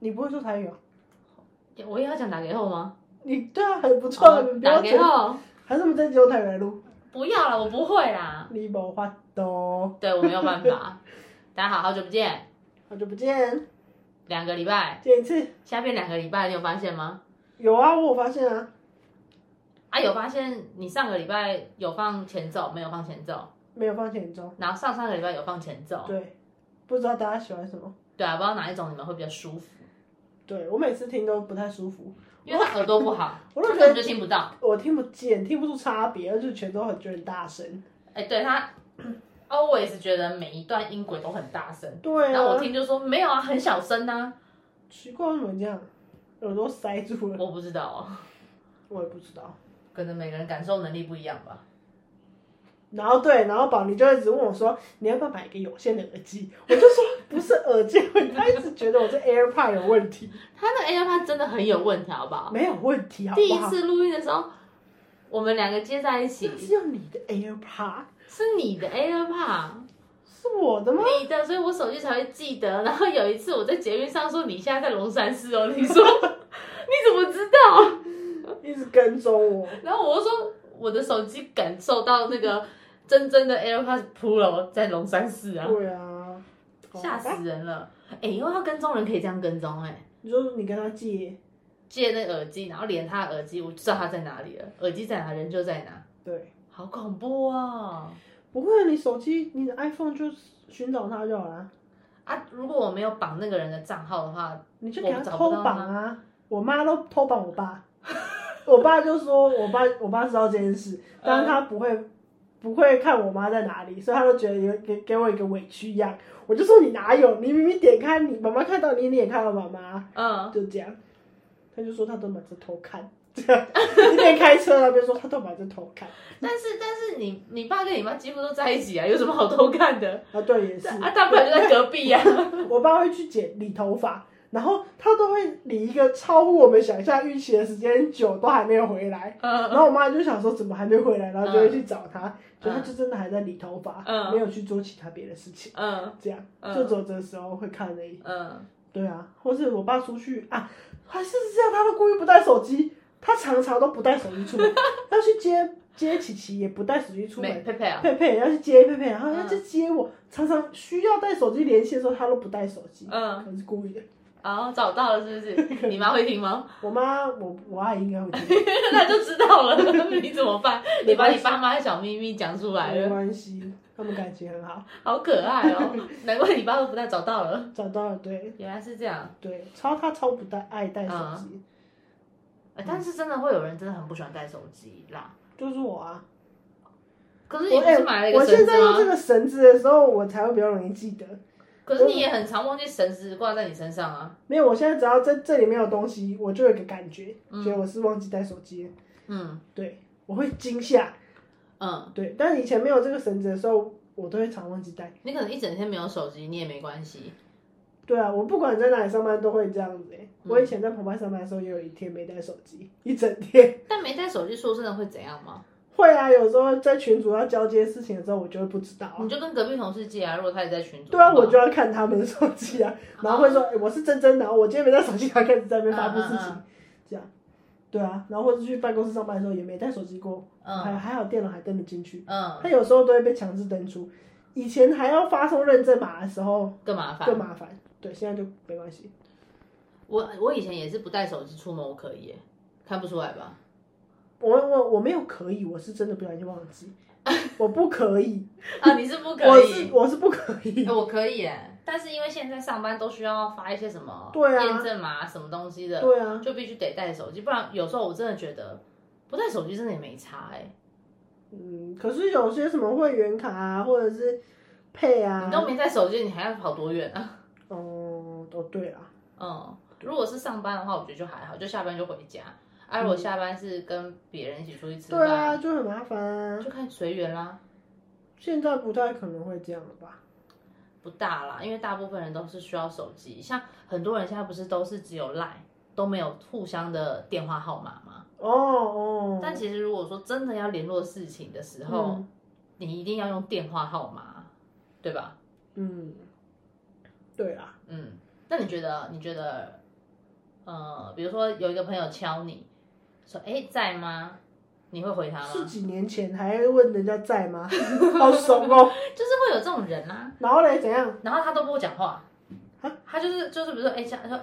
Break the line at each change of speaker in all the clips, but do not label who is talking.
你不会说台语啊？
我也要讲打给后吗？哦
你对啊，很不错啊，你不要
打给
讲。
后，
还是我们再用台语来录？
不要了，我不会啦。
你无法度，
对我没有办法。大家好，好久不见，
好久不见，
两个礼拜，
见一次。
下边两个礼拜，你有发现吗？
有啊，我有发现啊，
啊，有发现你上个礼拜有放前奏，没有放前奏，
没有放前奏。
然后上上个礼拜有放前奏，
对，不知道大家喜欢什么？
对啊，不知道哪一种你们会比较舒服，
对我每次听都不太舒服，
因为他耳朵不好，
我
他
都
根
觉得
本就听不到。
我听不见，听不出差别，而且全都很觉得很大声。
哎，对他 always 觉得每一段音轨都很大声，
对
然后我
啊，
听就说没有啊，很小声啊，
奇怪为什么这样，耳朵塞住了，
我不知道哦，
我也不知道。
可能每个人感受能力不一样吧。
然后对，然后宝妮就一直问我说：“你要不要买一个有线的耳机？”我就说：“不是耳机问题，他一直觉得我这 AirPod 有问题，
他的 AirPod 真的很有问题，好不好？
没有问题，好
第
不
一
好？”
次录音的时候，我们两个接在一起
那，是用你的 AirPod，
是你的 AirPod，
是我的吗？
你的，所以我手机才会记得。然后有一次我在捷运上说你现在在龙山寺哦，你 说你怎么知道？
一直跟踪我，
然后我就说我的手机感受到那个真正的 AirPod Pro 在龙山寺啊，
对啊，
吓
好吧！
死人了！哎、因为要跟踪人可以这样跟踪哎、
你说你跟他借，
借那个耳机，然后连他的耳机，我就知道他在哪里了，耳机在哪人就在哪，
对，
好恐怖哦！
不会，你手机你的 iPhone 就寻找他就好啦，
啊，如果我没有绑那个人的账号的话，
你就给他
我找
偷
不到
绑啊！我妈都偷绑我爸， 我爸就说我爸我爸知道这件事，
嗯
但是他不会。不会看我妈在哪里，所以他都觉得有给给我一个委屈一样。我就说你哪有，你明明点开你妈妈看到你，你也看到妈妈，
嗯，
就这样，他就说他都满着偷看，这样 一边开车那边说他都满着偷看。
但是但是你你爸跟你妈几乎都在一起啊，有什么好偷看的？
啊，对，也是。
啊，大不了就在隔 壁啊。
我爸会去剪理头发，然后他都会理一个超乎我们想象预期的时间久都还没有回来。然
嗯
后我妈就想说怎么还没回来，然后就会去找他，就他
嗯
就真的还在理头发，
嗯
没有去做其他别的事情，
嗯
这样
嗯
就走的时候会看而已。
嗯，
对啊，或是我爸出去啊，还是这样，他都故意不带手机，他常常都不带手机出门，要去接接琪琪也不带手机出
美
门，
佩佩啊，
佩佩也要去接佩佩，然后
嗯
要去接我，常常需要带手机联系的时候，他都不带手机，可
嗯，
能是故意的。
哦，找到了是不 是？你妈会听吗？
我妈，我我阿姨应该会听，
那就知道了， 你怎么办？你把你爸妈的小秘密讲出来
没
了，
关系，他们感情很好，
好可爱哦，难怪你爸都不带找到了，
找到了，对
原来是这样。
对，超他超不带爱带手
嗯
机，
呃但是真的会有人真的很不喜欢带手机啦。
就是我啊，
可是你
我
不
哎
是买了一
我
个绳
现
子
在用这
吗？
个绳子的时候，我才会比较容易记得。
可是你也很常忘记绳子挂在你身上啊。
没有，我现在只要这这里没有东西，我就有一个感觉，
嗯
觉得我是忘记带手机了，
嗯
对，我会惊吓，
嗯，
对，但以前没有这个绳子的时候，我都会常忘记带。
你可能一整天没有手机，你也没关系。
对啊，我不管在哪里上班都会这样子、欸。
嗯
我以前在澎湃上班的时候，也有一天没带手机，一整天。
但没带手机，说真的会怎样吗？
会啊，有时候在群主要交接事情的时候，我就会不知道、啊
你。就跟隔壁同事借啊，如果他也在群组的
对啊，
话。
我就要看他们的手机啊，然后会说、欸我是真真的啊，我今天没带手机，他开始在那边发布事情，
嗯嗯嗯
这样。对啊，然后或者去办公室上班的时候也没带手机过，还
嗯
还好电脑还登得进去。
嗯
他有时候都会被强制登出，以前还要发送认证码的时候
更麻烦
更。麻烦，对，现在就没关系。
我我以前也是不带手机出门，我可以耶，看不出来 吧？
我我我没有可以，我是真的不小心忘 记，我不可以，
啊，你是不可
我
以
是，我是不可以
哎。我可以耶，但是因为现在上班都需要发一些什么
对啊
验证码、什么东西的，
对啊，
就必须得带手机，不然有时候我真的觉得不带手机真的也没差哎、
嗯，可是有些什么会员卡啊，或者是配啊，
你都没带手机，你还要跑多远啊？
哦，哦对啦，
嗯，如果是上班的话，我觉得就还好，就下班就回家。啊，如果下班是跟别人一起出去吃
嗯对
饭，
啊，就很麻烦啊。
就看随缘啦，
现在不太可能会这样了吧？
不大啦，因为大部分人都是需要手机，像很多人现在不是都是只有 Line 都没有互相的电话号码吗？
哦哦，
但其实如果说真的要联络事情的时候，
嗯
你一定要用电话号码，对吧？
嗯，对啦，
嗯，那你觉得你觉得呃，比如说有一个朋友敲你说：“哎，在吗？”你会回他吗？
是几年前还问人家在吗？好怂哦。
就是会有这种人啊，
然后嘞，怎样？
然后他都不讲话
啊，
他就是就是比如说哎，他说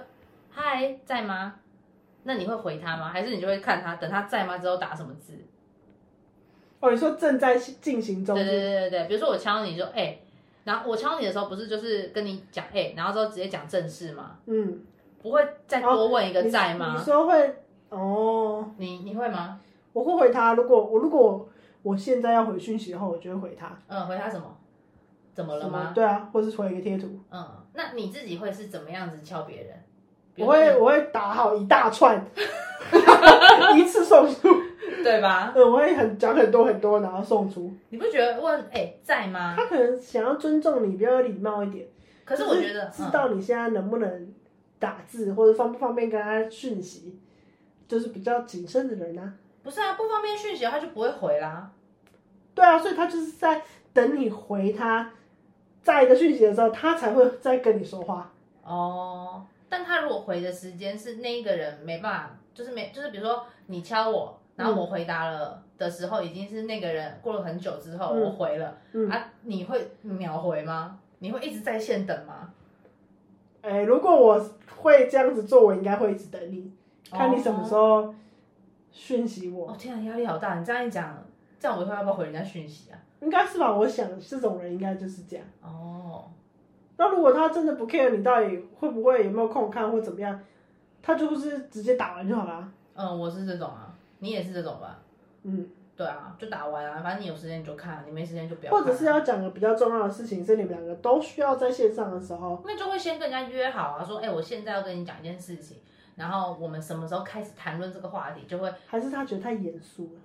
嗨在吗？那你会回他吗？还是你就会看他等他在吗之后打什么字？
哦，你说正在进行中
对对对对对，比如说我敲你就哎、然后我敲你的时候不是就是跟你讲哎、然后之后直接讲正事吗？
嗯，
不会再多问一个在
哦你
吗？
说会哦，
你你会吗？
我会回他。如果我如果我现在要回讯息的话，我就会回他。
嗯，回他什么？怎么了
什么？
吗？
对啊，或是回一个贴图。
嗯，那你自己会是怎么样子敲别人？比
我
如说
会我会打好一大 串，一次送出。
对吧？
嗯，我会很讲很多很多，然后送出。
你不觉得问哎、在吗？
他可能想要尊重你，比较有礼貌一点。
可是我觉得
就是知
嗯
道你现在能不能打字，或者方不方便跟他讯息，就是比较谨慎的人啊。
不是啊，不方便讯息他就不会回啦。
对啊，所以他就是在等你回他在一个讯息的时候，他才会再跟你说话。
哦，但他如果回的时间是那一个人没办法，就是没就是比如说你敲我，然
嗯
后我回答了的时候，已经是那个人过了很久之后
嗯
我回了、
嗯，哎、
啊，你会秒回吗？你会一直在线等吗？
哎如果我会这样子做，我应该会一直等你，看你什么时候讯息我。
哦天啊，压力好大！你这样一讲，这样我以后要不要回人家讯息啊？
应该是吧？我想这种人应该就是这样。
哦，
那如果他真的不 care 你到底会不会有没有空看或怎么样，他就是直接打完就好啦。
嗯，我是这种啊，你也是这种吧？
嗯。
对啊，就打完啊，反正你有时间你就看，你没时间就不要看啊、
或者是要讲个比较重要的事情，是你们两个都需要在线上的时候，
那就会先跟人家约好啊，说，哎、我现在要跟你讲一件事情，然后我们什么时候开始谈论这个话题，就会
还是他觉得太严肃了，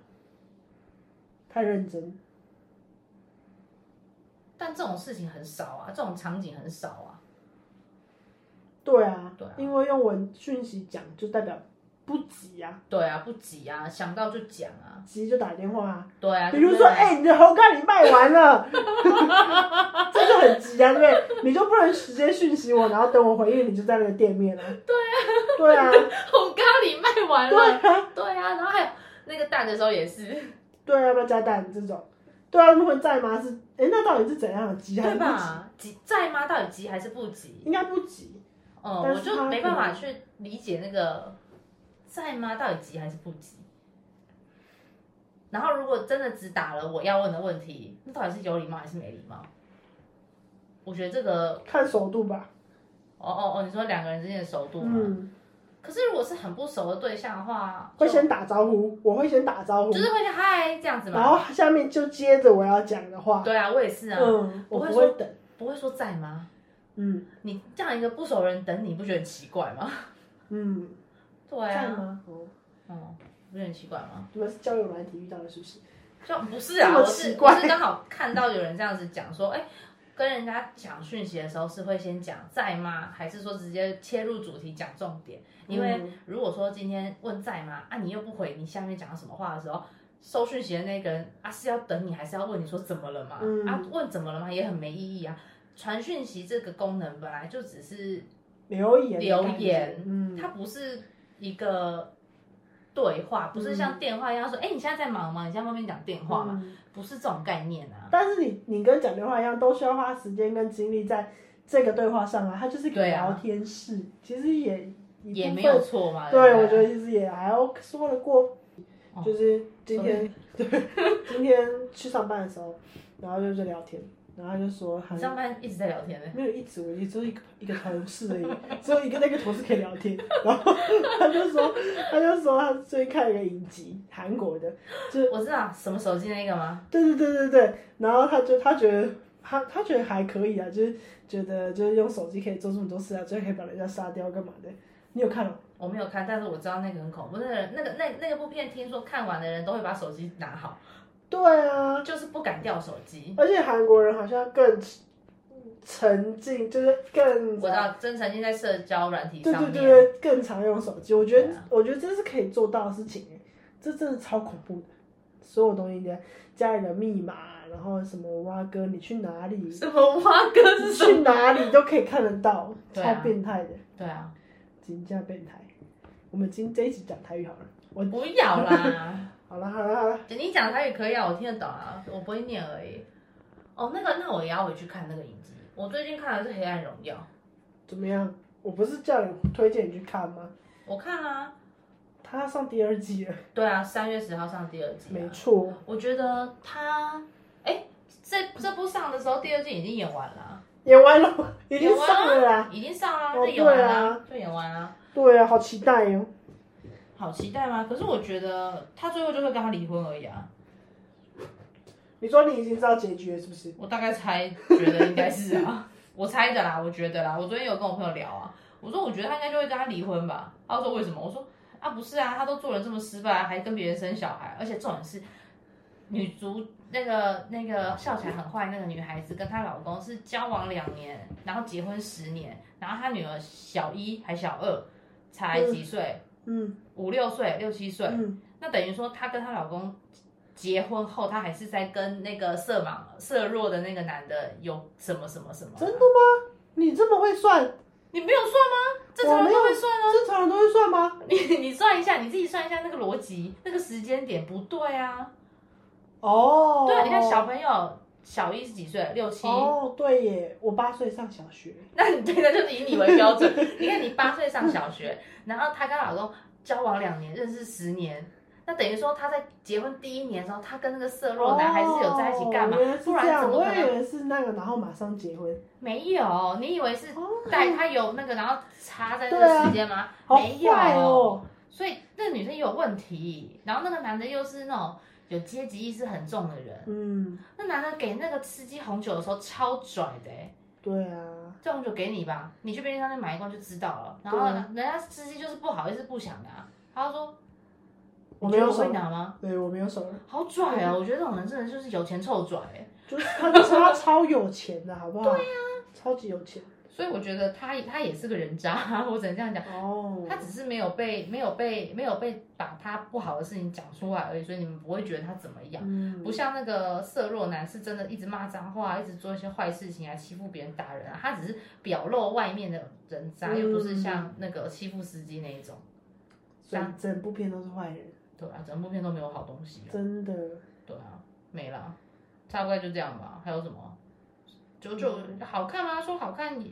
太认真，
但这种事情很少啊，这种场景很少啊。
对啊，
对啊
因为用文讯息讲就代表不急啊，
对啊，不急啊，想到就讲啊。
急就打电话啊，
对啊，
比如
就
说，
是
哎、你的红盖你卖完了， 这就很急啊，对不对？你就不能直接讯息我，然后等我回应，你就在那个店面啊，对啊，对啊，
红咖喱卖完
对
了，
啊，
对啊，然后还有那个蛋的时候也是，
对啊，要不要加蛋这种？对啊，他们会在吗？是，哎、那到底是怎样的急还
对
是不急？
吧？急在吗？到底急还是不急？
应该不急，
嗯，
但
我
是
就
他
没
可
办法
能
去理解那个在吗？到底急还是不急？然后如果真的只打了我要问的问题，那到底是有礼貌还是没礼貌？我觉得这个，
看熟度吧，
哦哦哦，你说两个人之间的熟度吗？
嗯。
可是如果是很不熟的对象的话，
会
就
先打招呼，我会先打招呼，
就是会先嗨这样子
然
嘛？
后下面就接着我要讲的话。
对啊，我也是啊，
嗯，
我
我
会
不
说
会等。
不会说在吗？
嗯
你这样一个不熟的人等你不觉得很奇怪吗？
嗯，
对
在
啊，
吗？哦，
嗯，不觉得很奇怪吗？
你们是交友软体遇到的，是不是？
就不是啊，
这么
我是
奇
我
怪
是刚好看到有人这样子讲说，哎、跟人家讲讯息的时候是会先讲在吗？还是说直接切入主题讲重点？因为
嗯
如果说今天问在吗，啊你又不回，你下面讲什么话的时候，收讯息的那个人啊是要等你，还是要问你说怎么了嘛？
嗯
啊问怎么了嘛也很没意义啊。传讯息这个功能本来就只是
留言的
留
感觉
言
嗯，
它不是一个对话，不是像电话一样说，哎、你现在在忙吗？你现在方便讲电话吗？
嗯
不是这种概念啊。
但是你你跟讲电话一样，都需要花时间跟精力在这个对话上啊，它就是个
对啊
聊天室，其实也
也没。
一
有
部分
错嘛。
对，我
不
觉得其实也还 OK，说得过
哦。
就是今天， 对，今天去上班的时候，然后就就聊天，然后他就说他
你上班一直在聊天呢、
没有一直，我也只有一个一个同事而已， 只有一个那个同事可以聊天。然后他就说，他就说他最近看了一个影集，韩国的，就
我知道什么手机那个吗？
对对对对对。然后他就他觉得他他觉得还可以啊，就是觉得就是用手机可以做这么多事啊，最后可以把人家杀掉干嘛的。你有看吗？
我没有看，但是我知道那个很恐怖。那个那个那那个部片，听说看完的人都会把手机拿好，
对啊，
就是不敢掉手机。
而且韩国人好像更沉浸，就是更
我知道，真沉浸在社交软体
对
上
对嗯
面。
对对，更常用手机。我觉得、
对啊
我觉得这是可以做到的事情，这真的超恐怖的。所有东西，你的家里的密码，然后什么蛙哥，你去哪里，
什么蛙哥
你
是什么？
去哪里都可以看得到，
对啊
超变态的，
对啊，
真叫变态。我们今这一集讲台语好了。我
不要啦，
好了好了好了，
你讲台语可以啊，我听得懂啊，我不会念而已。哦，那个，那我也要回去看那个影集。我最近看的是《黑暗荣耀》，
怎么样？我不是叫你推荐你去看吗？
我看啦、
他上第二季了，
对啊，三月十号上第二季、啊。
没错。
我觉得他，哎，这这部上的时候，第二季已经演完了，
演完了，已经
演完
上了啦。
已经上了，
哦
就演完
对
了，
啊
就演完了。
对啊，好期待哦。
好期待吗？可是我觉得他最后就会跟他离婚而已啊。
你说你已经知道结局了是不是？
我大概猜，觉得应该是啊， 我猜的啦，我觉得啦。我昨天有跟我朋友聊啊，我说我觉得他应该就会跟他离婚吧。他说为什么？我说啊不是啊，他都做人这么失败，还跟别人生小孩，而且重点是女主那个那个笑起来很坏那个女孩子跟她老公是交往两年，然后结婚十年，然后她女儿小一还小二才几岁，
嗯
五六岁六七岁，
嗯，
那等于说，她跟她老公结婚后，她还是在跟那个色盲、色弱的那个男的有什么什么什么？
真的吗？你这么会算，
你没有算吗？正常
我
人
没有
都会算啊。
正常人都会算吗？
你你算一下，你自己算一下那个逻辑，那个时间点不对啊。
哦，
对啊，你看小朋友小一是几岁？六七。
哦，对耶，我八岁上小学，
那你对，那就是以你为 标准。你看，你八岁上小学，然后她跟老公交往两年，认识十年，那等于说她在结婚第一年的时候，她跟那个色弱男还是有在一起干嘛？
哦原来是
不
这
然怎
样，
么
我
可能
以为是那个，然后马上结婚。
没有，你以为是
哦
带他有那个，然后插在这
对啊
个时间吗？
好
没有
坏哦，
所以那女生有问题，然后那个男的又是那种有阶级意识很重的人，
嗯，
那男的给那个司机红酒的时候超拽的、欸，
对啊，
这红酒给你吧，你去便利商店买一罐就知道了。然后
对啊
人家司机就是不好意思不想拿，他就说
我
你
没
觉得
有
我会
手，
拿吗？
对我没有手，
好拽哦！我觉得这种人真的就是有钱臭拽、欸，
就是他就是他超有钱的好不好？对
啊
呀，超级有钱
所以我觉得他他也是个人渣， 我只能这样讲。
哦
他只是没有被没有被没有被把他不好的事情讲出来而已，所以你们不会觉得他怎么样。
嗯
不像那个色弱男是真的一直骂脏话，一直做一些坏事情啊，欺负别人、打人啊。他只是表露外面的人渣，
嗯
又不是像那个欺负司机那一种。
所以整部片都是坏人，
对啊，整部片都没有好东西啊。
真的。
对啊，没了，大概就这样吧。还有什么？九九
嗯
好看吗？说好看也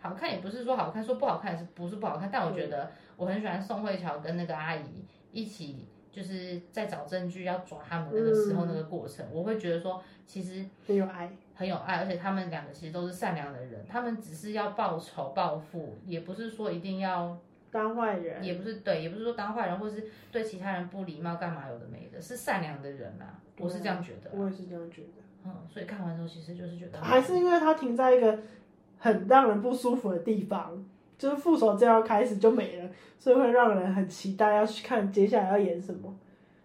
好看，也不是说好看，说不好看也是不是不好看？但我觉得我很喜欢宋慧乔跟那个阿姨一起，就是在找证据要抓他们那个时候
嗯
那个过程，我会觉得说其实
很有爱，
很有爱，而且他们两个其实都是善良的人，他们只是要报仇报复，也不是说一定要，
当坏人
也不是对，也不是说当坏人或是对其他人不礼貌干嘛有的没的，是善良的人啊，我是这样觉得啊。
我也是这样觉得。
嗯，所以看完之后其实就是觉得
还是因为他停在一个很让人不舒服的地方，就是副手这样开始就没了，所以会让人很期待要去看接下来要演什么。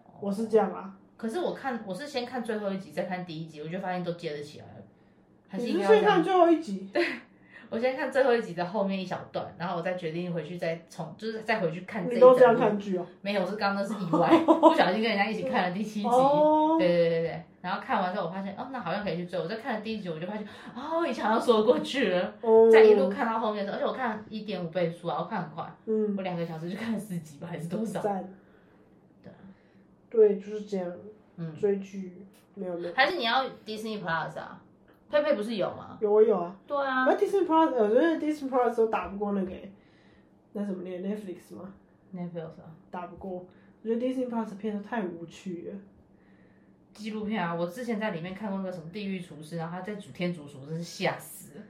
哦
我是这样啊，
可是我看我是先看最后一集，再看第一集，我就发现都接得起来了。还是
你是
应该要
先
这样
看最后一 集，
我先看最后一集的后面一小段，然后我再决定回去再重，就是再回去看这
你
一
都这
整
样
部。
看剧哦、
没有，是刚刚那是意 外，不小心跟人家一起看了第七集。
哦，
对对对对，然后看完之后，我发现哦，那好像可以去追。我在看了第一集，我就发现哦，以前好像说得过去了。
哦
再一路看到后面的时候，而且我看一点五倍速啊，我看很快，
嗯，
我两个小时就看了四集吧，还是多 少？
赞
对啊。
对，就是这样。
嗯
追剧没有没有，
还是你要 Disney Plus 啊？佩佩不是有吗？
有我有啊。
对啊
那 Disney Plus，我觉呃得 Disney Plus 都打不过那个、欸，那什么那个 Netflix 吗？
，Netflix 啊，
打不过。我觉得 Disney Plus 的片都太无趣了，
纪录片啊，我之前在里面看过那个什么地狱厨师，然后他在煮天竺鼠，真是吓死了，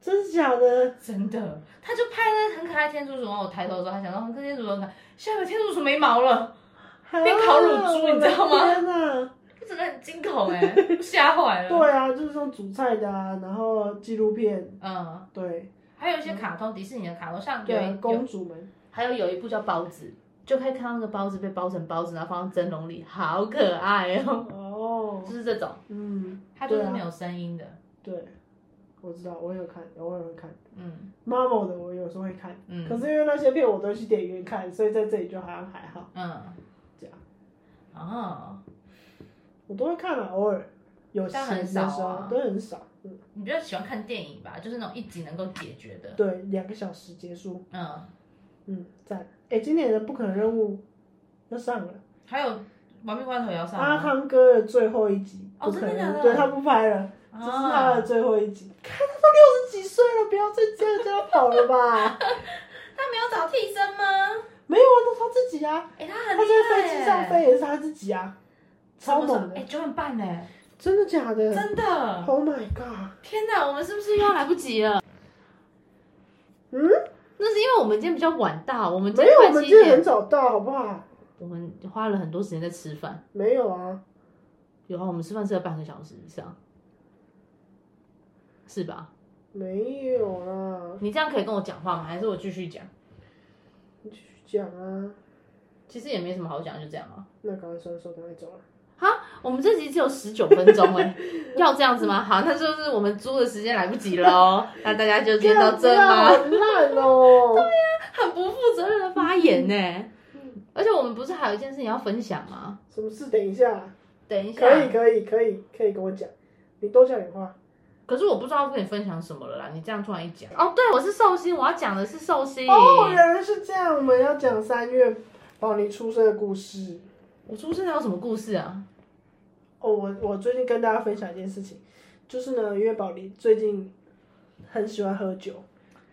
真的假的？
真的，他就拍那很可爱的天竺鼠，然后我抬头的时候，他想到这天竺鼠很可爱，下面天竺鼠没毛了，变烤乳猪你知道吗
啊我的天哪！
我整个很惊恐哎、 吓坏了。
对啊，就是像煮菜的啊，然后纪录片，
嗯，
对，
还有一些卡通，迪士尼的卡通，像有
对啊
一，有
公主们，
还有有一部叫包子，就可以看到那个包子被包成包子，然后放到蒸笼里，好可 爱哦、
哦，
就是这种，
嗯，
它就是
对啊
没有声音的，
对，我知道，我有看，偶尔会看
嗯
Marvel 的，我有时候会看，
嗯。
可是因为那些片我都去电影院看，所以在这里就好像还好，
嗯，
这样
哦，
我都会看啊，偶尔有闲
但很
的时
少啊
候都很少，嗯，
你比较喜欢看电影吧，就是那种一集能够解决的。
对，两个小时结束，
嗯，
嗯，赞。哎，今年的不可能任务要上了，
还有亡命关头也要上
阿
吗？
汤哥的最后一集，
哦
不可
真的假
能，
的
对他不拍了，这是他的
啊，
最后一集。看他都六十几岁了，不要再这样这样跑了吧？
他没有找替身吗？
没有啊，都是他自己啊，
哎，他
他
很
在飞
厉害耶，
机上飞也是他自己啊，超猛的
哎，，九点半呢，
真的假的
真的，
？Oh my god！
天哪，我们是不是又要来不 及了？
嗯，
那是因为我们今天比较晚到，我们今
没
天
有，我
快
们
七
今天很
点，
早到，好不好？
我们花了很多时间在吃饭。
没有啊，
有啊，我们吃饭吃了半个小时以上，是吧？
没有啊，
你这样可以跟我讲话吗？还是我继续讲？
你继续讲啊。
其实也没什么好讲，就这样啊。
那刚刚说说哪一种啊？
我们这集只有十九分钟哎、 要这样子吗？好，那就是我们租的时间来不及了哦。那大家就今天到这
样啊
吧。
很烂哦。
很不负责任的发言呢、而且我们不是还有一件事情要分享吗？
什么事？等一下，
等一下，
可以，可以，可以，可以跟我讲。你多讲点话。
可是我不知道跟你分享什么了啦。你这样突然一讲，哦，对，我是寿星，我要讲的是寿星。
哦，原来是这样。我们要讲三月宝妮出生的故事。
我出生有什么故事 啊？
哦，我我最近跟大家分享一件事情，就是呢，因为宝妮最近很喜欢喝酒，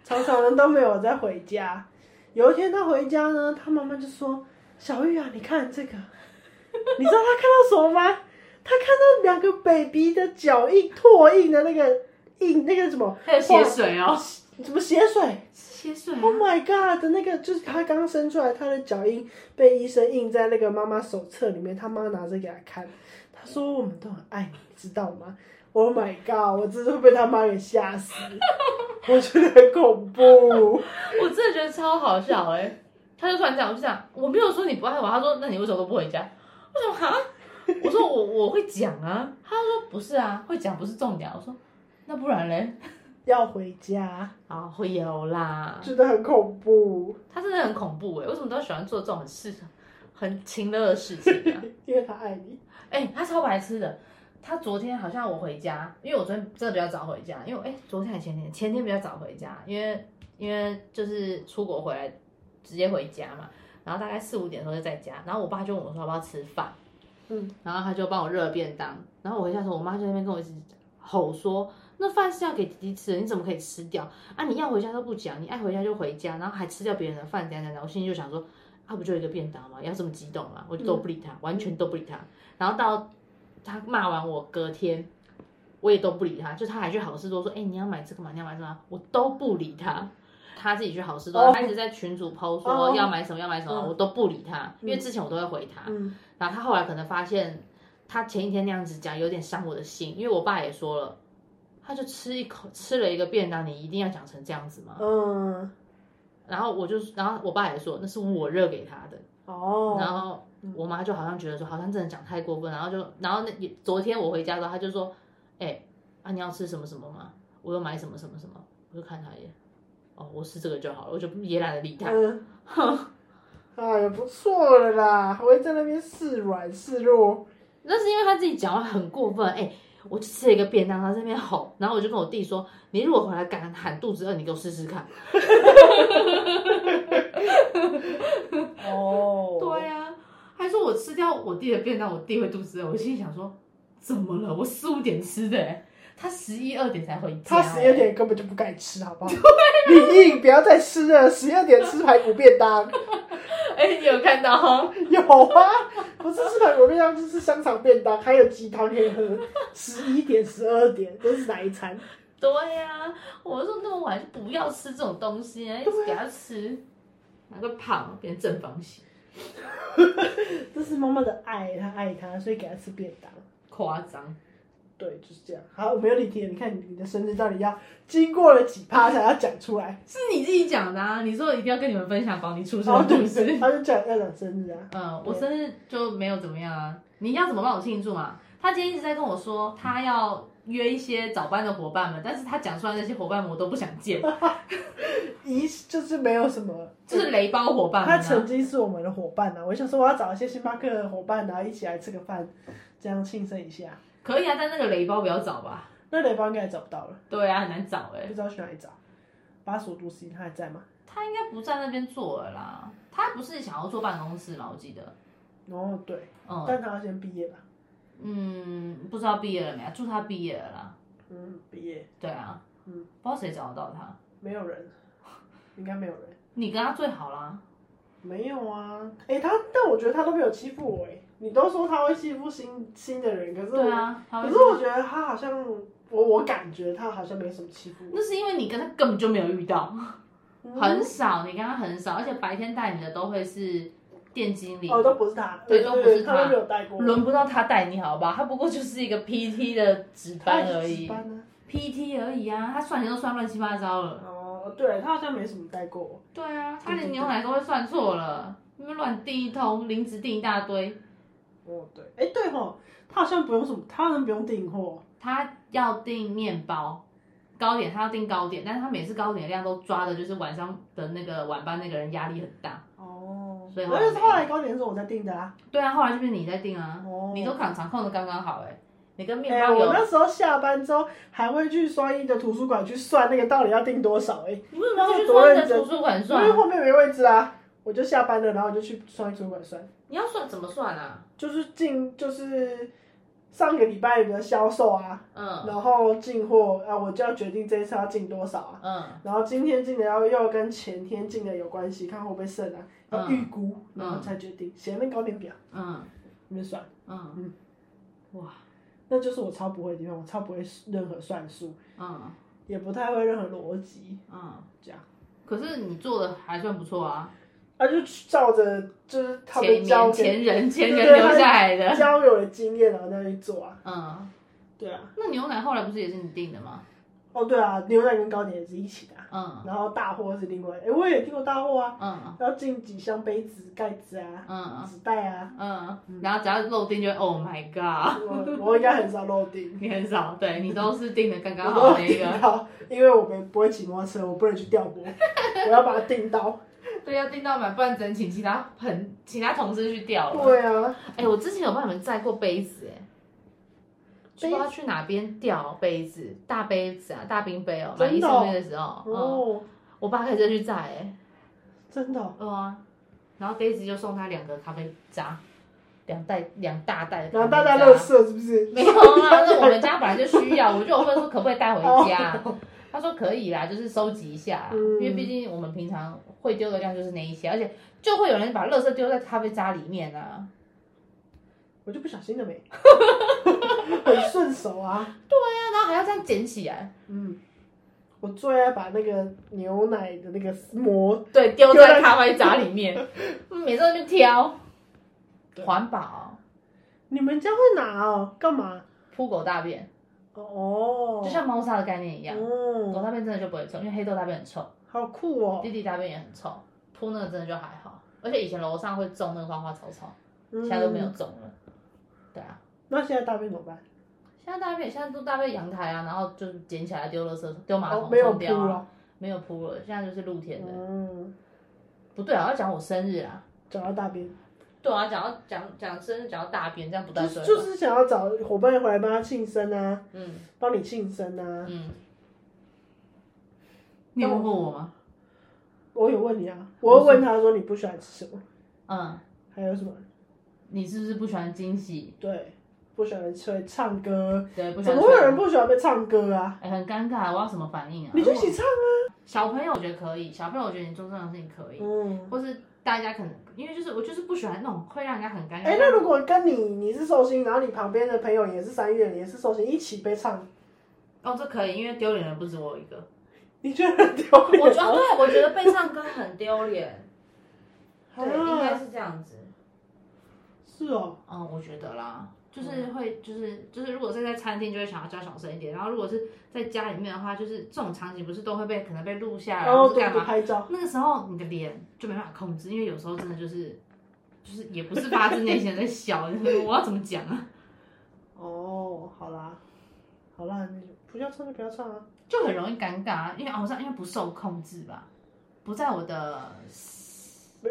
常常呢都没有在回家。有一天她回家呢，她妈妈就说：“小玉啊，你看这个，你知道她看到什么吗？她看到两个 baby 的脚印拓印的那个印，那个什么
还有血水哦，
什么血水
血水、啊
，Oh my god 的那个，就是她刚生出来，她的脚印被医生印在那个妈妈手册里面，她妈拿着给她看，她说我们都很爱你，知道吗？Oh my god，我真的会被她妈给吓死，我觉得很恐怖。
我真的觉得超好笑哎、他就突然讲，我就讲，我没有说你不爱我，他说那你为什么都不回家？我说哈，我说我我会讲啊，他说不是啊，会讲不是重点啊，我说那不然嘞？
要回家，
啊，会有啦，
觉得很恐怖，
他真的很恐怖哎、为什么都喜欢做这种很事很情乐的事情啊？
因为她爱你。
哎、他超白痴的。他昨天好像我回家，因为我昨天真的比较早回家，因为哎、昨天还前天，前天比较早回家，因为因为就是出国回来直接回家嘛，然后大概四五点的时候就在家，然后我爸就问我说要不要吃饭，
嗯，
然后他就帮我热便当，然后我回家的时候，我妈就在那边跟我一直吼说，那饭是要给弟弟吃的，你怎么可以吃掉啊？你要回家都不讲，你爱回家就回家，然后还吃掉别人的饭，怎样怎样，我心里就想说，啊不就一个便当嘛，要这么激动嘛？我就都不理
嗯
他，完全都不理他，然后到他骂完我隔天。我也都不理他，就他还去好事多说，哎、你要买这个嘛，你要买这个嘛，我都不理他。他自己去好事多，
哦
他一直在群主抛
哦
说要买什么要买什么，
嗯
我都不理他，因为之前我都会回他。
嗯
然后他后来可能发现，他前一天那样子讲有点伤我的心，因为我爸也说了，他就吃一口吃了一个便当，你一定要讲成这样子吗？
嗯，
然后我就，然后我爸也说那是我热给他的，然
哦，
后我妈就好像觉得说好像真的讲太过分，然后就，然后那也昨天我回家的时候，他就说，哎、啊你要吃什么什么吗？我又买什么什么什么，我就看他一眼，哦我吃这个就好了，我就也懒得理他。
嗯，哎呀，不错了啦，还会在那边示软示弱，
那是因为他自己讲话很过分，哎、我就吃了一个便当，他在那边吼，然后我就跟我弟说，你如果回来敢喊肚子饿，你给我试试看。
哦
对呀、还说我吃掉我弟的便当，我弟会肚子饿。我心里想说，怎么了？我四五点吃的、哎他十一二点才回家、
他
哎
十二点根本就不该吃，好不好？你硬不要再吃了，十二点吃排骨便当，
哎、你有看到哦哈？
有啊，不是吃排骨便当，就是香肠便当，还有鸡汤可以喝。十一点、十二点这是哪一餐？
对呀、我说那么晚就不要吃这种东西、哎一直给他吃，哪个胖变正方形，
这是妈妈的爱，她爱他，所以给他吃便当。
夸张。
对，就是这样。好，我没有理题了。你看你你的生日到底要经过了几趴才要讲出来？
是你自己讲的啊！你说一定要跟你们分享保你出生
哦，
的故
对
事
对，。他就讲要讲生日啊。
嗯，我生日就没有怎么样啊。你要怎么帮我庆祝嘛？他今天一直在跟我说，他要约一些早班的伙伴们，但是他讲出来那些伙伴们我都不想 见，
一就是没有什么，
就是雷包伙伴们、
他
啊。
曾经是我们的伙伴呢、啊。我想说，我要找一些星巴克的伙伴，啊然后一起来吃个饭，这样庆生一下。
可以啊，但那个雷包不要找吧？
那雷包应该也找不到了，
对啊，很难找哎、
不知道去哪里找。巴蜀都西他还在吗？
他应该不在那边做了啦。他不是想要做办公室嘛？我记得，
哦，对，
嗯
但他要先毕业吧？
嗯，不知道毕业了没啊？祝他毕业了啦。
嗯，毕业
对啊，
嗯，
不知道谁找得到他。
没有人，应该没有人，
你跟他最好啦，
没有啊。哎、他，但我觉得他都没有欺负我哎、你都说他会欺负新新的人，可是我
对啊，他
可
会
是我觉得他好像，我我感觉他好像没什么欺负我，
那是因为你跟他根本就没有遇到，
嗯
很少，你跟他很少，而且白天带你的都会是店经理，
哦都不是他，
对都不是
他，
他
都没有带过我，
轮不到他带你，好吧？他不过就是一个 PT 的值
他
班而
也是
已
值班呢。
，PT 而已啊，他算钱都算乱七八糟了。
哦，对他好像没什么带过我，
对啊，他连牛奶都会算错了，那边乱订一通，零食订一大堆。
哦对，哎对吼，他好像不用什么，他好像不用订货，
他要订面包、糕点，他要订糕点，但是他每次糕点量都抓的就是晚上的那个晚班那个人压力很大。
哦，
所以后来
那是后来高点是我在订的啊。
对啊，后来就变你在订啊，
哦
你都扛场控的刚刚好哎、你跟面
哎、
包有
我那时候下班之后还会去双一的图书馆去算那个到底要订多少哎、
你为什么不去说在图书馆
因
算
为？后面没位置啊，我就下班了，然后我就去双一图书馆算，
你要算怎么算啊？
就是进就是上个礼拜的销售啊，
嗯
然后进货啊，我就要决定这一次要进多少啊，
嗯
然后今天进的要要跟前天进的有关系，看会不会剩啊，要预估，
嗯
然后才决定写那高点表，
嗯
你们算，
嗯，哇
那就是我超不会的地方，我超不会任何算术，
嗯
也不太会任何逻辑，
嗯，
这样。
可是你做的还算不错啊，
他就照着就是他
前
们教
年
给
前人前
对
人
对
留下来的。
教给我的经验，然后再去做啊。
嗯，
对啊，
那牛奶后来不是也是你订的吗？
哦对啊，牛奶跟糕点也是一起的、啊，
嗯
然后大货是另外，哎我也订过大货啊，
嗯
要进几箱杯子、盖子啊、
嗯
纸袋啊，
嗯，然后只要漏订就会 Oh my God，
我 我应该很少漏订。
你很少，对你都是订的刚刚
我
好
都
那
订
个，
到，因为我们不会骑摩托车，我不能去调拨，我要把它订到。
对，要订到满，不然只能请其他朋其他同事去掉了。
对啊，
哎，我之前有帮你们载过杯子，哎。
杯
不知
子
道去哪边掉杯子，大杯子啊，大冰杯哦，买
真
一
的
送
哦
一的时候，嗯，
哦，
我爸开车去载，哎，
真的哦，
对啊，然后 Daisy 就送他两个咖啡渣，两袋两大袋的
然
咖
后
啡
大家
渣
乐色是不是？
没有啊，那我们家本来就需要，我就有问说可不可以带回家，他说可以啦，就是收集一下，
哦嗯
因为毕竟我们平常会丢的量就是那一些，而且就会有人把垃圾丢在咖啡渣里面啊。
我就不小心的没， 很顺手啊。
对啊，然后还要这样捡起来，
嗯，我最爱把那个牛奶的那个膜，
对，丢
丢在
在咖啡渣里面， 嗯每次都去挑，
对
环保，
你们家会拿哦？干嘛？
铺狗大便，
哦，
就像猫砂的概念一样，狗
哦，
大便真的就不会臭，因为黑豆大便很臭。
好酷哦
弟！弟大便也很臭，铺那个真的就还好，而且以前楼上会种那个花花草草，现在都没有
嗯
种了。对啊，
那现在大便怎么办？
现在大便现在都大便阳台啊，然后就是捡起来丢垃圾、丢马
哦，
桶
没有
冲
铺
掉啊，
了。
没有铺了，现在就是露天的。
嗯，
不对啊，要讲我生日啊。
找到大便，
对啊，讲到讲讲生日，讲到大便，这样不
就
太对
是
吧。
就是想要找伙伴回来帮他庆生啊，
嗯
帮你庆生啊。
嗯。你有问过我吗？
我有问你啊，我会问他说你不喜欢吃什么，
嗯，
还有什么？
你是不是不喜欢惊喜？
对，不喜欢吃唱歌，
对，不喜
怎么
欢吃。
会有人不喜欢被唱歌啊？
哎、很尴尬，我要什么反应啊？
你就
如
一
果
起唱啊。
小朋友，我觉得可以。小朋友，我觉得你做这种事情可以。
嗯，
或是大家可能因为就是我就是不喜欢那种会让人家很尴尬。
哎、那如果跟你你是寿星，然后你旁边的朋友也是三月，也是寿星，一起被唱，
哦，这可以，因为丢脸的不止我一个。
你觉得很丢脸？
我觉得哦对，我觉得被唱歌很 丢脸。对，应该
啊、
是这样子。
是哦，
嗯，我觉得啦，就是
嗯
会，就是就是，如果是在餐厅，就会想要叫小声一点。然后如果是在家里面的话，就是这种场景不是都会被可能被录下来，
然后
啊或是
哦对
干
对
嘛？
拍照，
那个时候你的脸就没办法控制，因为有时候真的就是就是也不是发自内心的在笑， 就是我要怎么讲啊？
哦，好啦，好啦，你不要唱就不要唱啊，
就很容易尴尬，啊因为哦好像因为不受控制吧，不在我的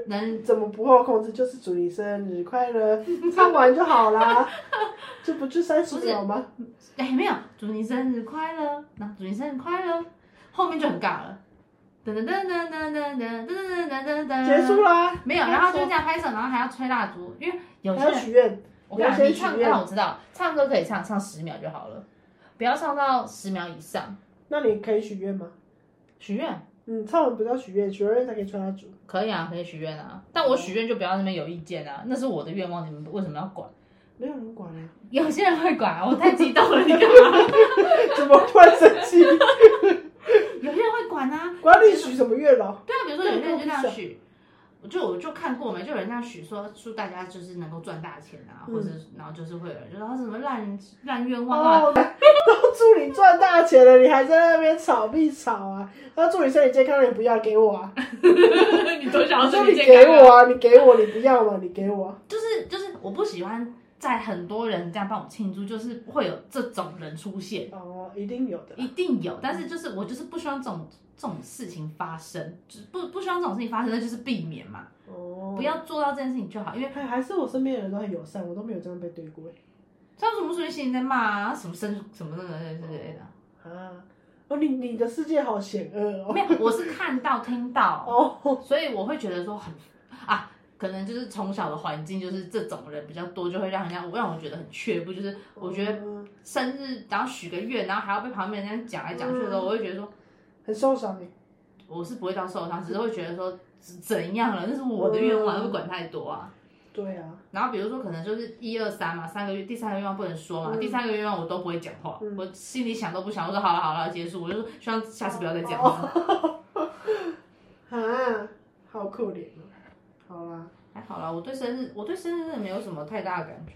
能
怎么不后控制？就是祝你生日快乐， 唱完就好啦，这不就三十秒吗？
哎、没有，祝你生日快乐，那祝你生日快乐，后面就很尬了，噔噔噔噔噔噔噔噔噔噔噔，
结束啦，
没有，然后就这样拍手，然后还要吹蜡烛，因为有
还要
些 人
许愿，
我跟
你要
你讲，
先
你唱
许
歌
愿
我知道，唱歌可以唱，唱十秒就好了，不要唱到十秒以上。
那你可以许愿吗？
许愿
嗯，唱完不叫许愿，许完愿才可以吹蜡烛。
可以啊，可以许愿啊，但我许愿就不要那边有意见啊，那是我的愿望，你们为什么要管？
没有人管啊，
有些人会管啊，我太激动了，你干嘛？
怎么突然生气？
有些人会管啊，
管你许什么愿哦了？
对啊，比如说有些人就这样许，我就我就看过没，就有人这样许说祝大家就是能够赚大钱啊，
嗯
或者是然后就是会有人就说啊什么烂烂愿望啊，
哦， 都祝你赚大钱了，你还在那边吵屁吵啊！他祝你身体健康，你不要给我啊！
你多想
我
要
说
身
你
体
给
健康啊
我啊，你给我，你不要嘛，你给我啊。
就是就是我不喜欢在很多人这样帮我庆祝，就是会有这种人出现，
哦，一定有的啦。
一定有，但是就是我就是不希望这种这种事情发生，就是不不希望这种事情发生，那就是避免嘛，
哦，
不。要做到这件事情就好，因为
还还是我身边的人都很友善，我都没有这样被对过
他们什么时候心里在骂啊，什么生什么那个之类的，
啊。哦，你你的世界好险恶哦。
没有，我是看到听到，
哦，
所以我会觉得说很啊。可能就是从小的环境，就是这种人比较多，就会让人家让我觉得很却步。就是我觉得
嗯
生日，然后许个愿，然后还要被旁边人这样讲来讲去的
嗯
时候，我会觉得说，
很受伤耶
我是不会到受伤，只是会觉得说是怎样了，那是我的愿望，
嗯
不管太多啊。
对啊，
然后比如说可能就是一二三嘛，三个月，第三个愿望不能说嘛，
嗯
第三个愿望我都不会讲话，
嗯
我心里想都不想，我说好了好了结束，我就说希望下次不要再讲
哦
话。
啊，好可怜哦。好啦，
还好啦，我对生日，我对生日真的没有什么太大的感觉，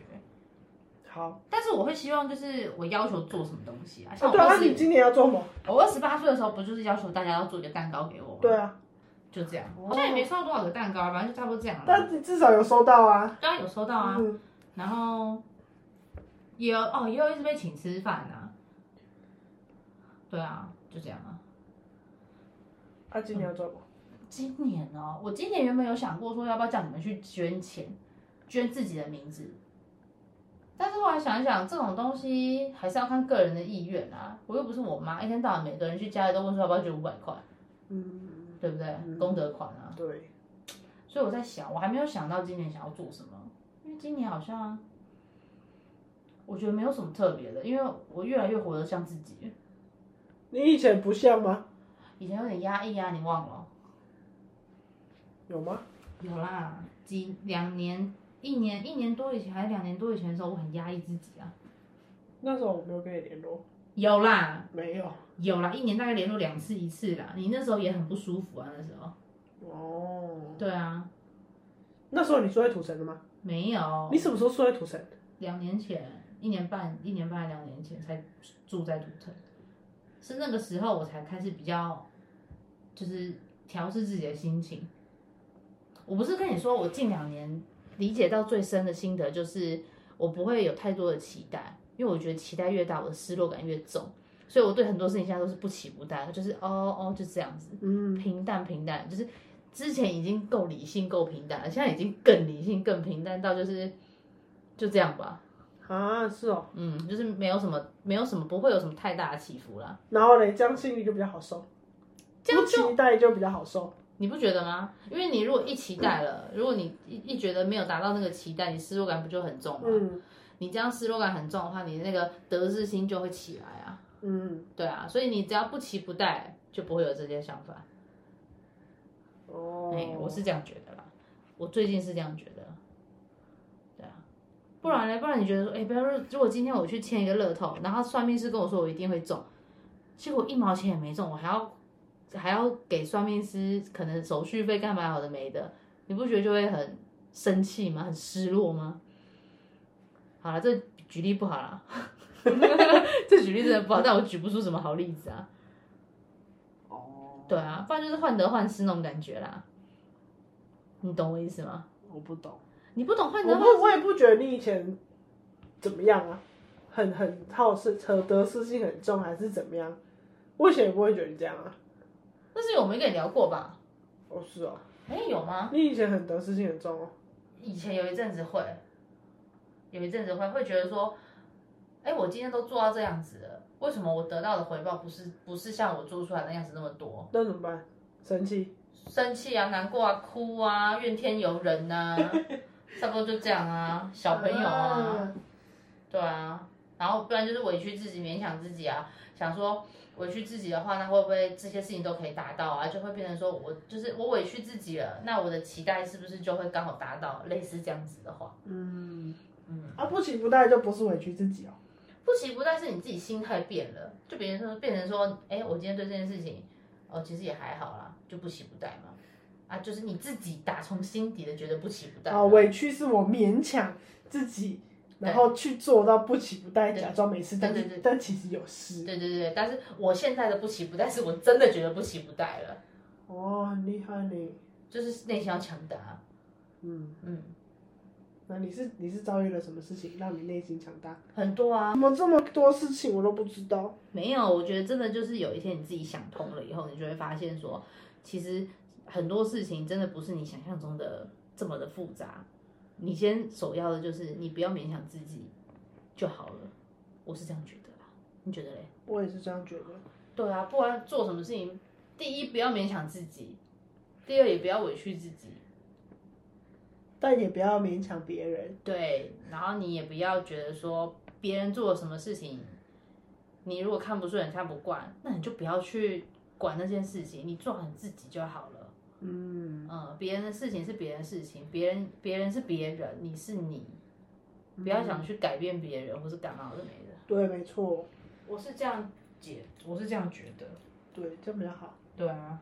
好。
但是我会希望就是我要求做什么东西啊，像
啊
我
对啊，
二
那你
十，
今年要做什么？
我二十八岁的时候不就是要求大家要做一个蛋糕给我吗？
对，啊，
就这样，
哦
好像也没收到多少个蛋糕啊，反正就差不多这样了。
但你至少有收到啊。
当然有收到啊，
嗯，
然后也有哦，也有一直被请吃饭呐、啊对啊，就这样啊。
啊，今年要做什么？
今年哦，我今年原本有想过说要不要叫你们去捐钱，捐自己的名字。但是后来想一想，这种东西还是要看个人的意愿啊。我又不是我妈，一天到晚每个人去家里都问说要不要捐五百块，
嗯，
对不对？
嗯
功德款啊。
对，
所以我在想，我还没有想到今年想要做什么，因为今年好像我觉得没有什么特别的，因为我越来越活得像自己，
你以前不像吗？
以前有点压抑啊，你忘了？
有吗？
有啦，几两年、一年、一年多以前还是两年多以前的时候，我很压抑自己啊。
那时候我没有跟你联络，
有啦，
没有。
有啦，一年大概联络两次一次啦。你那时候也很不舒服啊，那时候。
哦，
对啊，
那时候你住在土城的吗？
没有
你，什么时候住在土城？
两年前，一年半、一年半还两年前才住在土城，是那个时候我才开始比较，就是调试自己的心情。我不是跟你说，我近两年理解到最深的心得就是，我不会有太多的期待，因为我觉得期待越大，我的失落感越重，所以我对很多事情现在都是不期不待，就是哦哦就这样子，
嗯，
平淡平淡，就是之前已经够理性够平淡了，现在已经更理性更平淡到就是就这样吧，
啊，是哦。
嗯，就是没有什么没有什么不会有什么太大的起伏啦，
然后嘞，这样心里就比较好受，
这样
不
就
期待就比较好受。
你不觉得吗？因为你如果一期待了，如果你一一觉得没有达到那个期待，你失落感不就很重吗？
嗯
你这样失落感很重的话，你那个得失心就会起来啊，
嗯，
对啊，所以你只要不期不待，就不会有这些想法。
哦
哎、，我是这样觉得啦，我最近是这样觉得，对啊，不然呢？不然你觉得说，哎、不要说，如果今天我去签一个乐透，然后算命师跟我说我一定会中，结果一毛钱也没中，我还要还要给算命师可能手续费干嘛有的没的，你不觉得就会很生气吗？很失落吗？好了，这举例不好啦， 这举例真的不好，但我举不出什么好例子啊。
哦，
对啊，不然就是患得患失那种感觉啦。你懂我意思吗？
我不懂，
你不懂
我
患得患
不，我也不觉得你以前怎么样啊，很很好胜，和得失心很重，还是怎么样？我以前也不会觉得你这样啊。
但是我没跟你聊过吧？
哦，是哦，
哎、有吗？
你以前很得失心很重哦。
以前有一阵子会，有一阵子会会觉得说，哎、我今天都做到这样子了，为什么我得到的回报不是不是像我做出来的样子那么多？
那怎么办？生气，
生气啊、难过啊、哭啊、怨天尤 人呐、差不多就这样啊，小朋友啊，对啊，然后不然就是委屈自己、勉强自己啊，想说委屈自己的话，那会不会这些事情都可以达到啊？就会变成说我就是我委屈自己了，那我的期待是不是就会刚好达到？类似这样子的话，
嗯，
嗯，
啊，不期不待就不是委屈自己哦，
不起不但是你自己心态变了，就别人说变成说，哎，我今天对这件事情，哦，其实也还好啦，就不起不待嘛。啊，就是你自己打从心底的觉得不起不待了。
啊，委屈是我勉强自己，然后去做到不期不待，
对
假装没事，但
对
是
对对
但其实有事，
对对对，但是我现在的不起不带，是我真的觉得不起不带了，
哦，很厉害呢，
就是内心要强大。啊
嗯，
嗯，
那你是你是遭遇了什么事情让你内心强大？
很多啊
怎，么这么多事情我都不知道？
没有，我觉得真的就是有一天你自己想通了以后，你就会发现说，其实很多事情真的不是你想象中的这么的复杂。你先首要的就是你不要勉强自己就好了，我是这样觉得啦，你觉得嘞？
我也是这样觉得。
对啊，不管做什么事情，第一不要勉强自己，第二也不要委屈自己，
但也不要勉强别人。
对，然后你也不要觉得说别人做了什么事情，你如果看不顺眼、看不惯，那你就不要去管那件事情，你做好你自己就好了。
嗯
嗯，别人的事情是别人的事情，别人别人是别人，你是你，不要想去改变别人或是干嘛的没的。
对，没错，
我是这样解，我是这样觉得。
对，这样比较好。
对啊，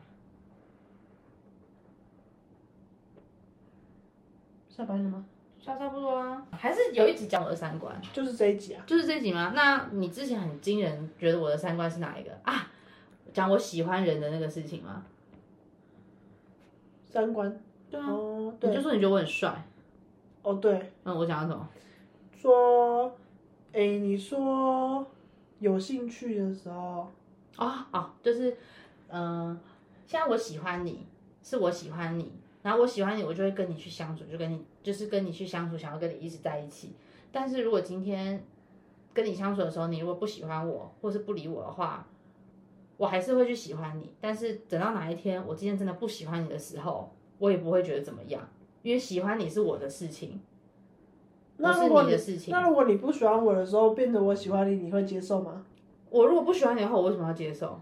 下班了吗？
差差不多啊，还是有一集讲我的三观。
就是这一集啊。
就是这集吗？那你之前很惊人，觉得我的三观是哪一个啊？讲我喜欢人的那个事情吗？
三观。
对啊，
哦，
你
对，
就说你觉得我很帅。
哦对，
嗯，我讲到什么？
说，诶，你说有兴趣的时候，
哦哦，就是，嗯、现在我喜欢你，是我喜欢你，然后我喜欢你，我就会跟你去相处，就跟你就是跟你去相处，想要跟你一直在一起。但是如果今天跟你相处的时候，你如果不喜欢我，或是不理我的话，我还是会去喜欢你。但是等到哪一天我今天真的不喜欢你的时候，我也不会觉得怎么样，因为喜欢你是我的事情，不
那
是
如果
你
你
的事情。
那如果你不喜欢我的时候，变得我喜欢你，你会接受吗？
我如果不喜欢你的话，我为什么要接受？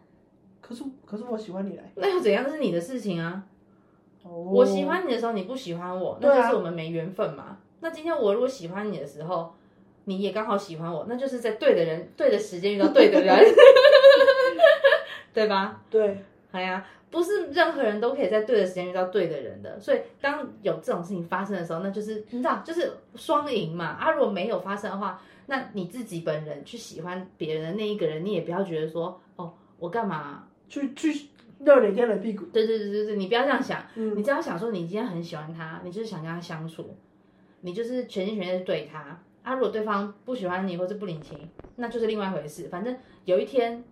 可是可是我喜欢你嘞。
那又怎样？这是你的事情啊。
哦，
我喜欢你的时候你不喜欢我，
对啊
那就是我们没缘分嘛。那今天我如果喜欢你的时候，你也刚好喜欢我，那就是在对的人、对的时间遇到对的人， 对吧？
哦对，
哎呀，不是任何人都可以在对的时间遇到对的人的，所以当有这种事情发生的时候，那就是你知道，就是双赢嘛。啊，如果没有发生的话，那你自己本人去喜欢别人的那一个人，你也不要觉得说哦，我干嘛？
去去热脸贴冷屁股。
对对对对对，你不要这样想。你
嗯，
只要想说你今天很喜欢他，你就是想跟他相处，你就是全心全意地对他。啊，如果对方不喜欢你或是不领情，那就是另外一回事。反正有一天，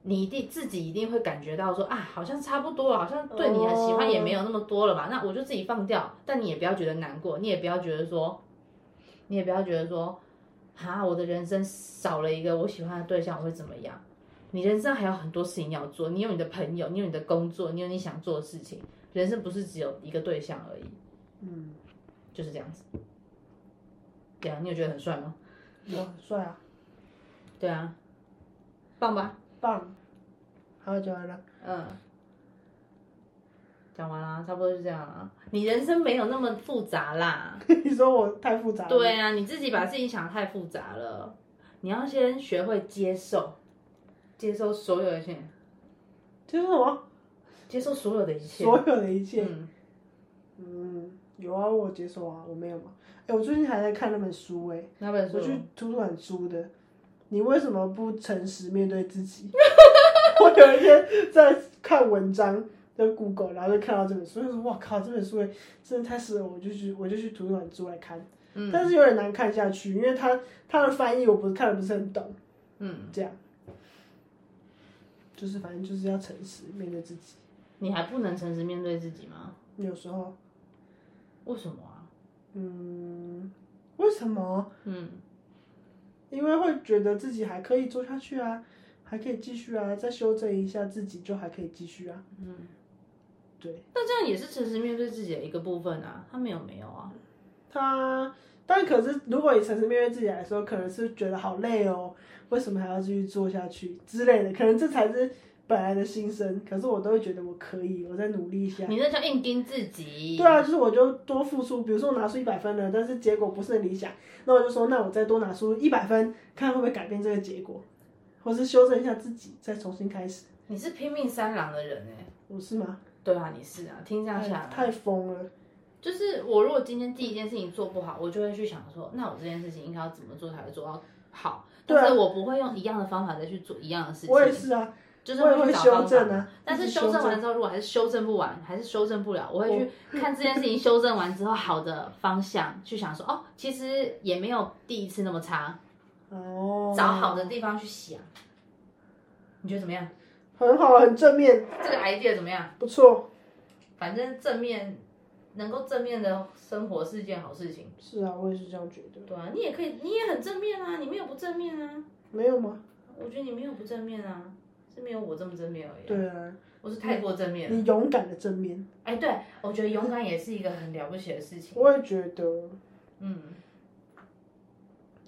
你一定自己一定会感觉到说啊，好像差不多了，好像对你的喜欢也没有那么多了吧？那我就自己放掉。但你也不要觉得难过，你也不要觉得说，你也不要觉得说，啊，我的人生少了一个我喜欢的对象，我会怎么样？你人生还有很多事情要做，你有你的朋友，你有你的工作，你有你想做的事情。人生不是只有一个对象而已，
嗯，
就是这样子。对啊，你有觉得很帅吗？
我很帅啊，
对啊，棒吧？
棒。好，讲完了。
嗯，讲完啦，差不多就这样啦。你人生没有那么复杂啦。
你说我太复杂了。
对啊，你自己把事情想得太复杂了。你要先学会接受，接受所有的一切，
就是什么？
接受所有的一切。
所有的一切。
嗯，
嗯，有啊，我有接受啊，我没有嘛。哎、我最近还在看那本书哎、
那本书
我去图书馆租的。你为什么不诚实面对自己？ 我有一天在看文章，在 Google，然后就看到这本书，就说哇靠，这本书哎真的太适合我，我就去我就去图书馆租来看。
嗯
但是有点难看下去，因为它它的翻译我不是看的不是很懂，
嗯，
这样。就是反正就是要诚实面对自己，
你还不能诚实面对自己吗？
有时候，
为什么啊？
嗯，为什么？
嗯
因为会觉得自己还可以做下去啊，还可以继续啊，再修正一下自己就还可以继续啊。
嗯，
对
但这样也是诚实面对自己的一个部分啊。他没有没有啊，
他，但可是如果以诚实面对自己来说，可能是觉得好累哦，为什么还要继续做下去之类的，可能这才是本来的心声。可是我都会觉得我可以，我再努力一下。
你那叫硬盯自
啊
己。
对啊，就是我就多付出，比如说我拿出一百分了，但是结果不是很理想，那我就说，那我再多拿出一百分，看会不会改变这个结果，或是修正一下自己，再重新开始。
你是拼命三郎的人哎、
我是吗？
对啊，你是啊，听这样
太
下来，
太疯了，
就是我如果今天第一件事情做不好，我就会去想说，那我这件事情应该要怎么做才会做到好？
对啊
但是我不会用一样的方法再去做一样的事情。
我也是啊，
就是
我也
去
会
找
修
方法。
正啊，
但是
一直
修正
正
完之后，如果还是修正不完，还是修正不了，我会去看这件事情修正完之后好的方向，去想说哦，其实也没有第一次那么差，
哦，
找好的地方去想。你觉得怎么样？
很好，很正面，
这个 idea 怎么样？
不错，
反正正面，能够正面的生活是一件好事情。
是啊，我也是这样觉得，
对啊，你也可以，你也很正面啊，你没有不正面啊。
没有吗？
我觉得你没有不正面啊，是没有我这么正面而已啊。
对啊，
我是太过正面了。
你勇敢的正面，
哎，对，我觉得勇敢也是一个很了不起的事情。
我也觉得，
嗯，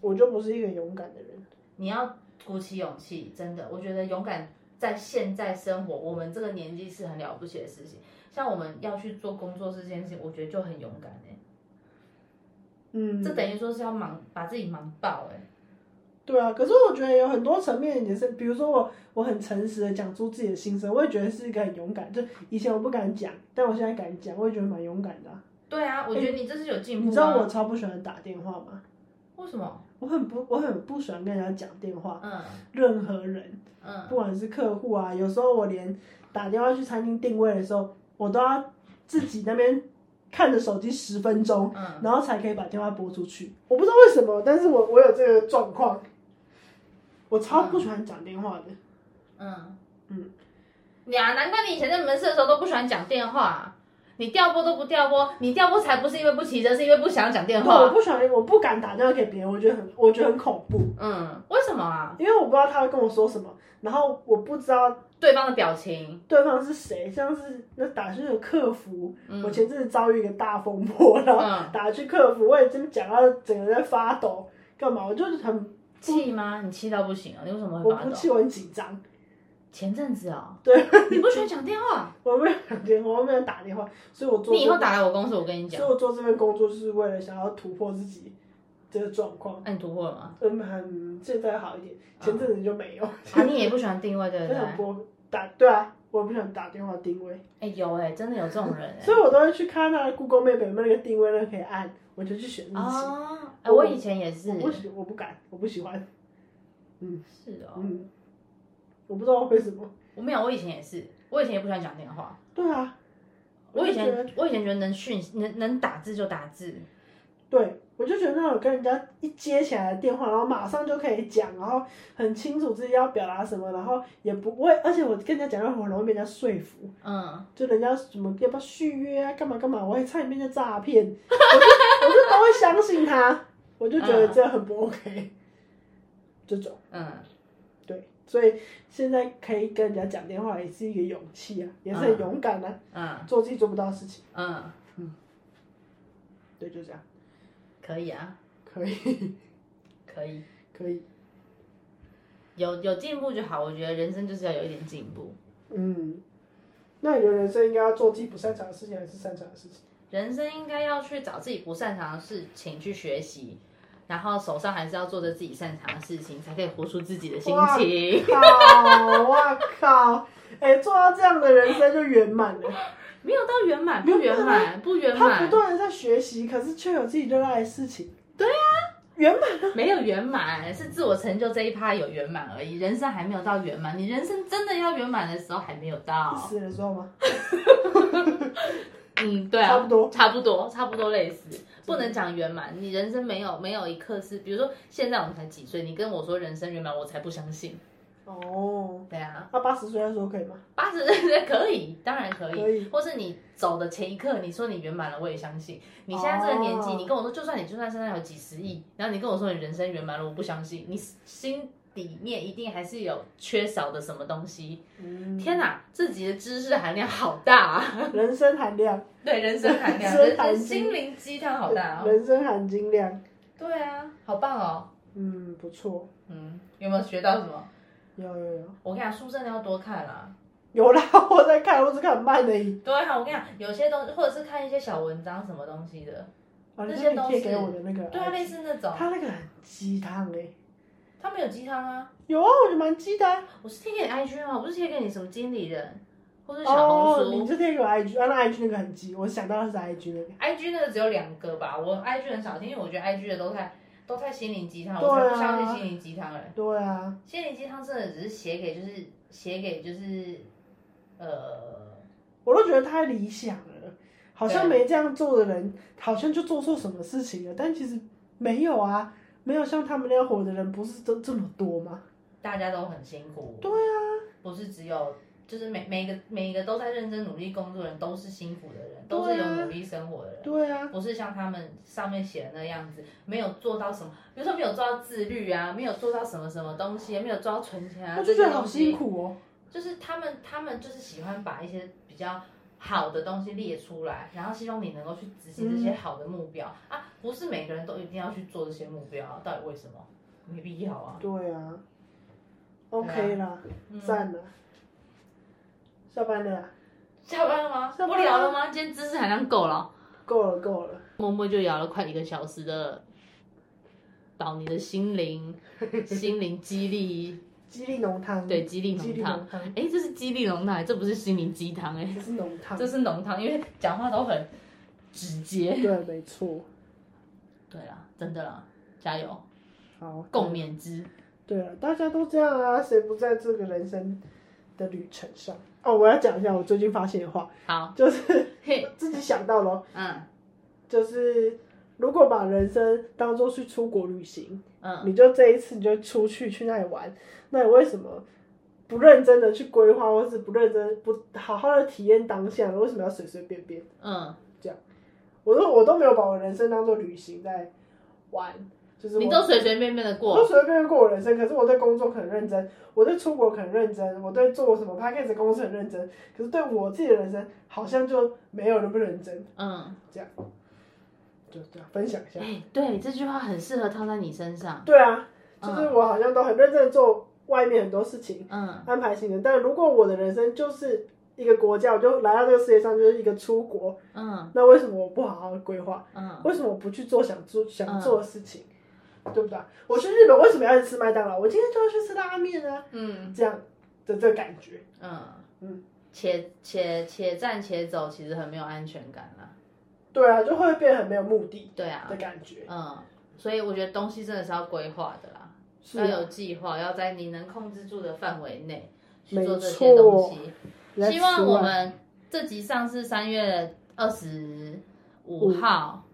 我就不是一个勇敢的人，
你要鼓起勇气，真的，我觉得勇敢在现在生活，我们这个年纪是很了不起的事情。像我们要去做工作这件事情，我觉得就很勇敢哎、
嗯，
这等于说是要忙，把自己忙爆哎、
对啊，可是我觉得有很多层面也是，比如说我我很诚实的讲出自己的心声，我也觉得是一个很勇敢。就以前我不敢讲，但我现在敢讲，我也觉得蛮勇敢的啊、
对啊，我觉得你这是有进步、啊
你知道我超不喜欢打电话吗？
为什么？
我很不我很不喜欢跟人家讲电话，
嗯
任何人，
嗯，
不管是客户啊，有时候我连打电话去餐厅定位的时候，我都要自己那边看着手机十分钟，
嗯
然后才可以把电话拨出去。我不知道为什么，但是我我有这个状况，我超不喜欢讲电话的。
嗯
嗯
呀，难怪你以前在门市的时候都不喜欢讲电话，啊你调拨都不调拨，你调拨才不是因为不骑车，是因为不想要讲电
对，我
话。
不喜欢，我不敢打电话给别人，我觉得很，我觉得很恐怖，
嗯，为什么啊？
因为我不知道他会跟我说什么，然后我不知道
对方的表情，
对方是谁，像是那打去的客服，
嗯
我前阵子遭遇一个大风波，然后
嗯
打去客服，我已经讲到整个人在发抖，干嘛？我就是很，
气吗？你气到不行啊了，你为什么会
我
发
不
抖？
气，我很紧张，
前阵子哦，
对，
你不喜欢讲电话，
我没有讲电话，我没有打电话，所以 我做
你以后，打来我公司，我跟你
所
讲 啊
以。我做这份工作是为了想要突破自己这个状况，
那、你突破了吗？
嗯，很现在好一点，前阵子就没有，
啊，你也不喜欢定位，对不
非
对？
常
哎、
不打对啊，我不想打电话定位，
有哎、真的有这种人哎、
所以我都会去看他的 Google Map 有没有那个定位，那个可以按，我就去选日期。
哦，哎、我以前也是
我，不喜，我不敢，我不喜欢。
是哦，
嗯，我不知道为什么。
我没有，我以前也是，我以前也不喜欢讲电话。
对啊，
我以
就觉得
前我以前觉得能讯能能打字就打字，
对，我就觉得那种跟人家一接起来的电话，然后马上就可以讲，然后很清楚自己要表达什么，然后也不会，而且我跟人家讲话很容易被人家说服，
嗯，
就人家什么要不要续约啊，干嘛干嘛，我还差点被人家诈骗，我就我就都会相信他，我就觉得这样很不 OK，这种。
嗯，
对，所以现在可以跟人家讲电话也是一个勇气啊，也是很勇敢啊，
嗯，
做自己做不到的事情。
嗯，
对，就这样，
可以啊，
可以，
可以，
可以，
有有进步就好。我觉得人生就是要有一点进步，
嗯。那你觉得人生应该要做自己不擅长的事情，还是擅长的事情？
人生应该要去找自己不擅长的事情去学习，然后手上还是要做着自己擅长的事情，才可以活出自己的心
哇
情。
靠，我靠！哎、做到这样的人生就圆满了。
没有到圆满，不圆满，不圆
他不
满，
断的在学习，可是却有自己热爱的事情。对啊，圆满啊！
没有圆满，是自我成就这一趴有圆满而已。人生还没有到圆满，你人生真的要圆满的时候还没有到。
死的时候吗？
嗯，对啊，
差不多
差不多，差不多类似，不能讲圆满。你人生没有没有一刻是，比如说现在我们才几岁，你跟我说人生圆满，我才不相信。
哦，
对啊，
那八十岁的时候可以吗？
八十 岁可以，当然可以，
可以
或是你走的前一刻，你说你圆满了，我也相信。你现在这个年纪，
哦
你跟我说，就算你就算身上有几十亿，然后你跟我说你人生圆满了，我不相信。你心里面一定还是有缺少的什么东西。
嗯
天哪，自己的知识含量好大、啊，
人生含量，
对人生 含量，
人生
人
含
人
金
心灵鸡汤好大 哦。
人生含金量，
对啊，好棒哦。
嗯，不错，
嗯，有没有学到什么？
有有有，
我跟你讲，书真的要多看啦、
有 啦，我在看，我只看很慢而已。
对啊，我跟你讲，有些东西或者是看一些小文章什么东西的，
啊，
这
你
些
说你
都
贴
是
给我的那个，
对啊，类似那种，
他那个很鸡汤哎，
他们有鸡汤啊。
有啊，我觉得蛮鸡的啊。
我是贴给你 IG 吗？我不是贴给你什么经理人，或是小
哦，
红
你
书。
这贴给我 IG，啊，那 IG 那个很鸡，我想到的是 IG 那个。
IG 那个只有两个吧，我 IG 很少听，因为我觉得 IG 的都太都太心灵鸡汤，
对
我
啊
才不相信心灵鸡汤嘞。
对啊，
心灵鸡汤真的只是写给就是写给就是呃，
我都觉得太理想了，好像
对
没这样做的人，好像就做错什么事情了，但其实没有啊，没有像他们那样火的人，不是都这么多吗？
大家都很辛苦，
对啊，
不是只有就是每每个每一个都在认真努力工作的人都是辛苦的人，都
对
是
啊
有努力生活的人。
对啊，
不是像他们上面写的那样子，没有做到什么，比如说没有做到自律啊，没有做到什么什么东西，没有做到存钱啊，
我就觉得好
这些
辛
东西。
苦哦。
就是他们，他们就是喜欢把一些比较好的东西列出来，然后希望你能够去执行
嗯
这些好的目标、啊，不是每个人都一定要去做这些目标、啊，到底为什么？没必 要啊。
对啊，OK 啦，
嗯
赞啦，下班了啊，
下班了吗？
下班了啊
不聊了吗？今天知识含量够了哦，
够了够了，
默默就聊了快一个小时的，保你的心灵，心灵激励。
激励浓汤，
对，鸡粒
激
浓
励
汤。
浓汤，
哎，这是鸡粒浓汤，这不是心灵鸡汤哎，
这是浓汤
这，是浓汤，因为讲话都很直接。
对，没错，
对啦，真的啦，加油，
好，
共勉之。
对啊，大家都这样啊，谁不在这个人生的旅程上？哦，我要讲一下我最近发现的话，
好，
就是
嘿，
自己想到咯，
嗯
就是如果把人生当做去出国旅行，
嗯，
你就这一次你就出去去那里玩，那你为什么不认真的去规划，或是不认真不好好的体验当下？为什么要随随便便？
嗯，
我都我都没有把我人生当做旅行在玩，就是
你
我
都随随便便的
我都
过，
随随便便过我人生，可是我对工作很认真，我对出国很认真，我对做什么 p a c k a g e 公司很认真，可是对我自己的人生好像就没有那么认真，
嗯，
就这样分享一下。
哎，对，这句话很适合套在你身上，
对啊，就是我好像都很认真的做外面很多事情，
嗯
安排行程，但如果我的人生就是一个国家，我就来到这个世界上就是一个出国，
嗯
那为什么我不好好地规划？
嗯，
为什么我不去做想做想做的事情？对不对？我去日本为什么要去吃麦当劳？我今天就要去吃拉面啊！
嗯
这样的这个感觉。
嗯
嗯
嗯，且且且战且走，其实很没有安全感啦。
对啊，就会变得很没有目的
对啊
的，感觉。
嗯，所以我觉得东西真的是要规划的啦。
是
要
啊
有计划，要在你能控制住的范围内去做这
没
些
错
东西。希望我们这集上是三月二十五号，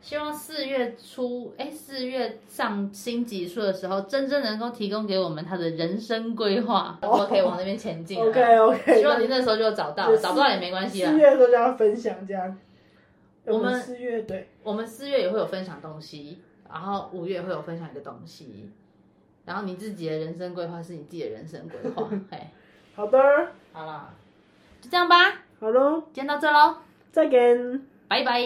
希望四月初，哎，四月上新集数的时候，真正能够提供给我们他的人生 规划，我可以往那边前进了。
OK OK，
希望你那时候就找
哦
到，
对
找不到也没关系啊啦
四。月的时候就要分享这样。哎
我们
四月对，
我们四月也会有分享东西，然后五月也会有分享一个东西，然后你自己的人生规划是你自己的人生规划， 嘿，
好的，
好啦，就这样吧，
好喽，
今天到这喽，
再见。
拜拜。